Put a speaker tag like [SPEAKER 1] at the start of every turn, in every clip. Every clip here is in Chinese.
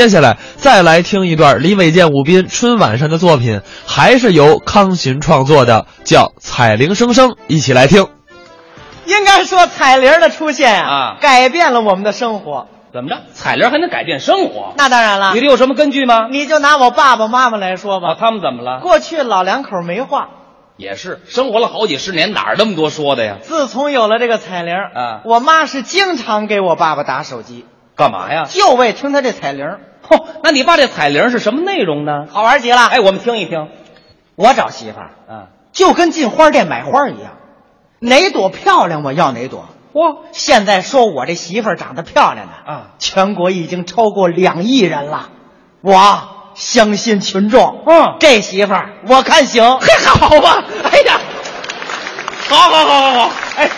[SPEAKER 1] 接下来再来听一段李伟健、武斌春晚上的作品，还是由康寻创作的，叫《彩铃声声》，一起来听。
[SPEAKER 2] 应该说彩铃儿的出现
[SPEAKER 3] 啊
[SPEAKER 2] 改变了我们的生活。
[SPEAKER 3] 怎么着？彩铃还能改变生活？
[SPEAKER 2] 那当然了
[SPEAKER 3] 你，这有什么根据吗？
[SPEAKER 2] 你就拿我爸爸妈妈来说
[SPEAKER 3] 啊，
[SPEAKER 2] 吧，
[SPEAKER 3] 他们怎么了？
[SPEAKER 2] 过去老两口没话，
[SPEAKER 3] 也是生活了好几十年，哪儿那么多说的呀？
[SPEAKER 2] 自从有了这个彩铃儿
[SPEAKER 3] 啊
[SPEAKER 2] 我妈是经常给我爸爸打手机，
[SPEAKER 3] 干嘛呀？
[SPEAKER 2] 就为听他这彩铃儿，
[SPEAKER 3] 哦，那你爸这彩铃是什么内容呢？
[SPEAKER 2] 好玩极了。
[SPEAKER 3] 哎，，我们听一听。
[SPEAKER 2] 我找媳妇儿
[SPEAKER 3] 啊，
[SPEAKER 2] 就跟进花店买花一样，哪朵漂亮我要哪朵。
[SPEAKER 3] 哇，
[SPEAKER 2] 现在说我这媳妇儿长得漂亮的
[SPEAKER 3] 啊，
[SPEAKER 2] 全国已经超过两亿人了，我相信群众，
[SPEAKER 3] 嗯
[SPEAKER 2] 这媳妇儿我看行，
[SPEAKER 3] 嘿，好 吧，哎呀，好好好好好，哎，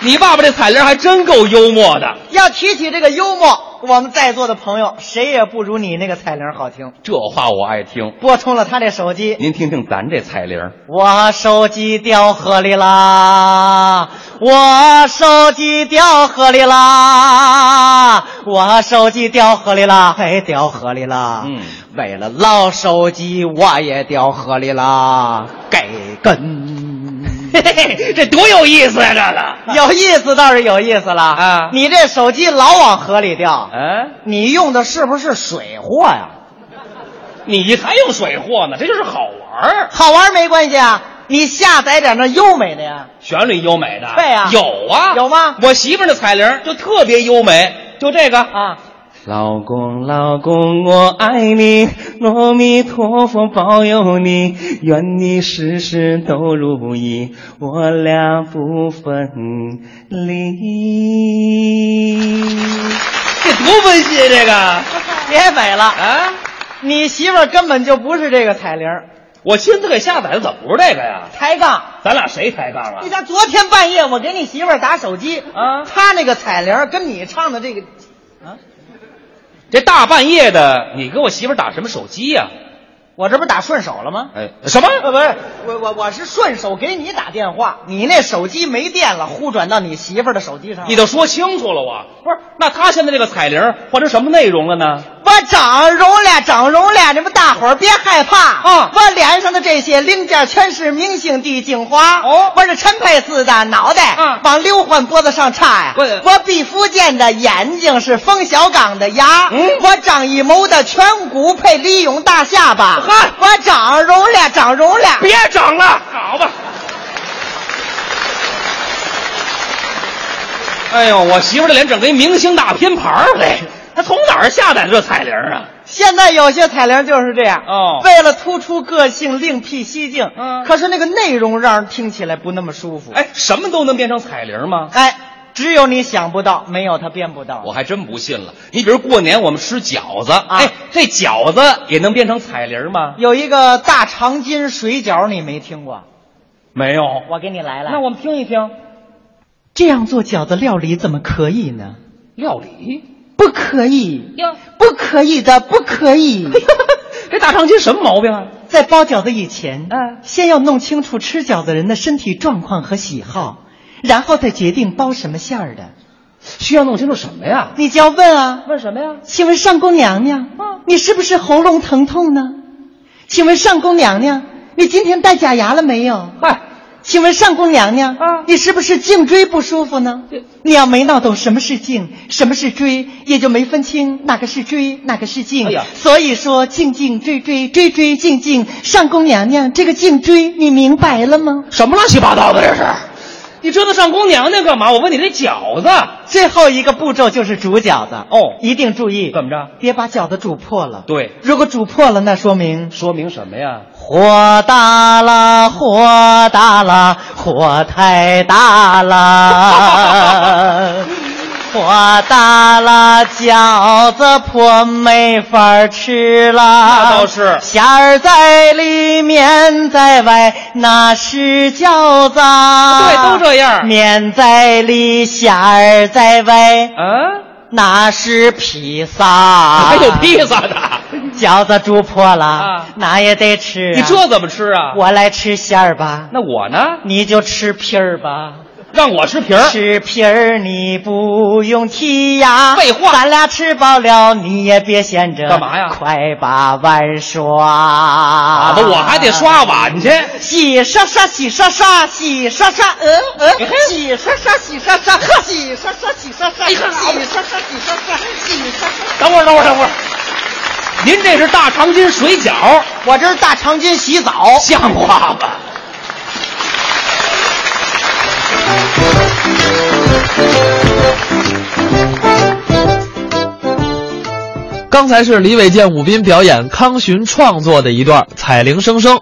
[SPEAKER 3] 你爸爸这彩铃还真够幽默的，
[SPEAKER 2] 要提起这个幽默，我们在座的朋友谁也不如你那个彩铃好听。
[SPEAKER 3] 这话我爱听。
[SPEAKER 2] 拨通了他这手机，
[SPEAKER 3] 您听听咱这彩铃，
[SPEAKER 2] 我手机掉河里啦！我手机掉河里啦！我手机掉河里啦！嘿，掉河里啦！
[SPEAKER 3] 嗯，
[SPEAKER 2] 为了捞手机，我也掉河里啦！给根，
[SPEAKER 3] 嘿嘿嘿，这多有意思呀、这个。
[SPEAKER 2] 有意思倒是有意思了
[SPEAKER 3] 啊
[SPEAKER 2] 你这手机老往河里掉，
[SPEAKER 3] 哎，
[SPEAKER 2] 你用的是不是水货呀？
[SPEAKER 3] 你才用水货呢，这就是好玩儿。
[SPEAKER 2] 好玩没关系啊，你下载点那优美的呀。
[SPEAKER 3] 旋律优美的，
[SPEAKER 2] 对呀
[SPEAKER 3] 有啊，
[SPEAKER 2] 有吗
[SPEAKER 3] 我媳妇儿那彩铃儿就特别优美，就这个啊。
[SPEAKER 2] 啊，
[SPEAKER 3] 老公，老公，我爱你，阿弥陀佛保佑你，愿你事事都如意，我俩不分离。这多温馨啊，这个啊！
[SPEAKER 2] 别美了。你媳妇儿根本就不是这个彩铃儿，
[SPEAKER 3] 我亲自给下载的，怎么不是这个呀？
[SPEAKER 2] 抬杠。
[SPEAKER 3] 咱俩谁抬杠啊
[SPEAKER 2] 你？看昨天半夜我给你媳妇儿打手机
[SPEAKER 3] 啊
[SPEAKER 2] 她那个彩铃儿跟你唱的这个，
[SPEAKER 3] 这大半夜的，你给我媳妇儿打什么手机呀、
[SPEAKER 2] 我这不是打顺手了吗？
[SPEAKER 3] 哎，什么？
[SPEAKER 2] 呃，不是，我我我是顺手给你打电话，你那手机没电了，呼转到你媳妇儿的手机上。
[SPEAKER 3] 你都说清楚了我，不是？那他现在这个彩铃换成什么内容了呢？
[SPEAKER 2] 我整容了，整容了！你们大伙儿别害怕
[SPEAKER 3] 啊
[SPEAKER 2] 我脸上的这些零件全是明星的精华
[SPEAKER 3] 哦
[SPEAKER 2] 我是陈佩斯的脑袋，
[SPEAKER 3] 啊
[SPEAKER 2] 往刘欢脖子上插呀、
[SPEAKER 3] 不
[SPEAKER 2] 我毕福剑的眼睛是冯小刚的牙，
[SPEAKER 3] 嗯
[SPEAKER 2] 我张艺谋的颧骨配李勇大下巴，
[SPEAKER 3] 嗨
[SPEAKER 2] 我整容了，整容了！
[SPEAKER 3] 别整了，好吧。哎呦，我媳妇儿的脸整跟明星大拼盘儿嘞，她从哪儿下载这彩铃啊？
[SPEAKER 2] 现在有些彩铃就是这样
[SPEAKER 3] 哦
[SPEAKER 2] 为了突出个性，另辟蹊径，
[SPEAKER 3] 嗯
[SPEAKER 2] 可是那个内容让人听起来不那么舒服，
[SPEAKER 3] 哎，什么都能变成彩铃吗？
[SPEAKER 2] 哎，只有你想不到，没有他编不到
[SPEAKER 3] 我。还真不信了。你比如过年我们吃饺子，哎，这饺子也能变成彩铃吗？
[SPEAKER 2] 有一个大长今水饺，你没听过？
[SPEAKER 3] 没有。
[SPEAKER 2] 我给你来了。
[SPEAKER 3] 那我们听一听
[SPEAKER 2] 这样做饺子料理怎么可以呢？
[SPEAKER 3] 料理。
[SPEAKER 2] 不可以，
[SPEAKER 3] 哟，
[SPEAKER 2] 不可以的，不可 以。
[SPEAKER 3] 这大长今什么毛病啊？
[SPEAKER 2] 在包饺子以前，
[SPEAKER 3] 嗯
[SPEAKER 2] 先要弄清楚吃饺子人的身体状况和喜好，然后再决定包什么馅儿的。
[SPEAKER 3] 需要弄清楚什么呀？
[SPEAKER 2] 你就要问啊，
[SPEAKER 3] 问什么呀？
[SPEAKER 2] 请问上宫娘娘，你是不是喉咙疼痛呢？请问上宫娘娘，你今天戴假牙了没有？
[SPEAKER 3] 嗨，
[SPEAKER 2] 请问上宫娘娘，
[SPEAKER 3] 啊
[SPEAKER 2] 你是不是颈椎不舒服呢
[SPEAKER 3] 这？
[SPEAKER 2] 你要没闹懂什么是颈，什么是椎，也就没分清哪个是椎，哪个是颈。
[SPEAKER 3] 哎呀
[SPEAKER 2] 所以说颈颈椎椎椎椎颈颈，上宫娘娘这个颈椎，你明白了吗？
[SPEAKER 3] 什么乱七八糟的这是？你折腾上宫娘娘干嘛？我问你这饺子
[SPEAKER 2] 最后一个步骤就是煮饺子
[SPEAKER 3] 哦
[SPEAKER 2] 一定注意
[SPEAKER 3] 怎么着？
[SPEAKER 2] 别把饺子煮破了。
[SPEAKER 3] 对
[SPEAKER 2] 如果煮破了，那说明
[SPEAKER 3] 说明什么呀？
[SPEAKER 2] 火大了，火大了，火太大 了，火大了，饺子破没法儿吃了。
[SPEAKER 3] 那倒是
[SPEAKER 2] 馅儿在里，面在外，那是饺子。
[SPEAKER 3] 对，都这样。
[SPEAKER 2] 面在里，馅儿在外，
[SPEAKER 3] 啊，
[SPEAKER 2] 那是披萨。
[SPEAKER 3] 还有披萨的，
[SPEAKER 2] 饺子煮破了，
[SPEAKER 3] 哎啊
[SPEAKER 2] 那也得吃啊、
[SPEAKER 3] 你这怎么吃啊？
[SPEAKER 2] 我来吃馅儿吧，
[SPEAKER 3] 那我呢？
[SPEAKER 2] 你就吃皮儿吧。
[SPEAKER 3] 让我吃皮儿。
[SPEAKER 2] 吃皮儿你不用剔呀，
[SPEAKER 3] 废话
[SPEAKER 2] 咱俩吃饱了你也别闲着。
[SPEAKER 3] 干嘛呀
[SPEAKER 2] 快把碗刷。咋
[SPEAKER 3] 咋啊的？我还得刷碗去。
[SPEAKER 2] 洗刷刷，洗刷刷，洗刷刷，嗯嗯
[SPEAKER 3] 嘿，
[SPEAKER 2] 洗刷刷，洗刷刷，洗刷刷，洗刷
[SPEAKER 3] 哎
[SPEAKER 2] 刷，洗刷刷，洗刷刷，洗刷刷。
[SPEAKER 3] 等会儿，等会儿，等会儿。您这是大长今水饺，
[SPEAKER 2] 我这是大长今洗澡，
[SPEAKER 3] 像话吗？
[SPEAKER 1] 刚才是李伟健、武斌表演康寻创作的一段《彩铃声声》，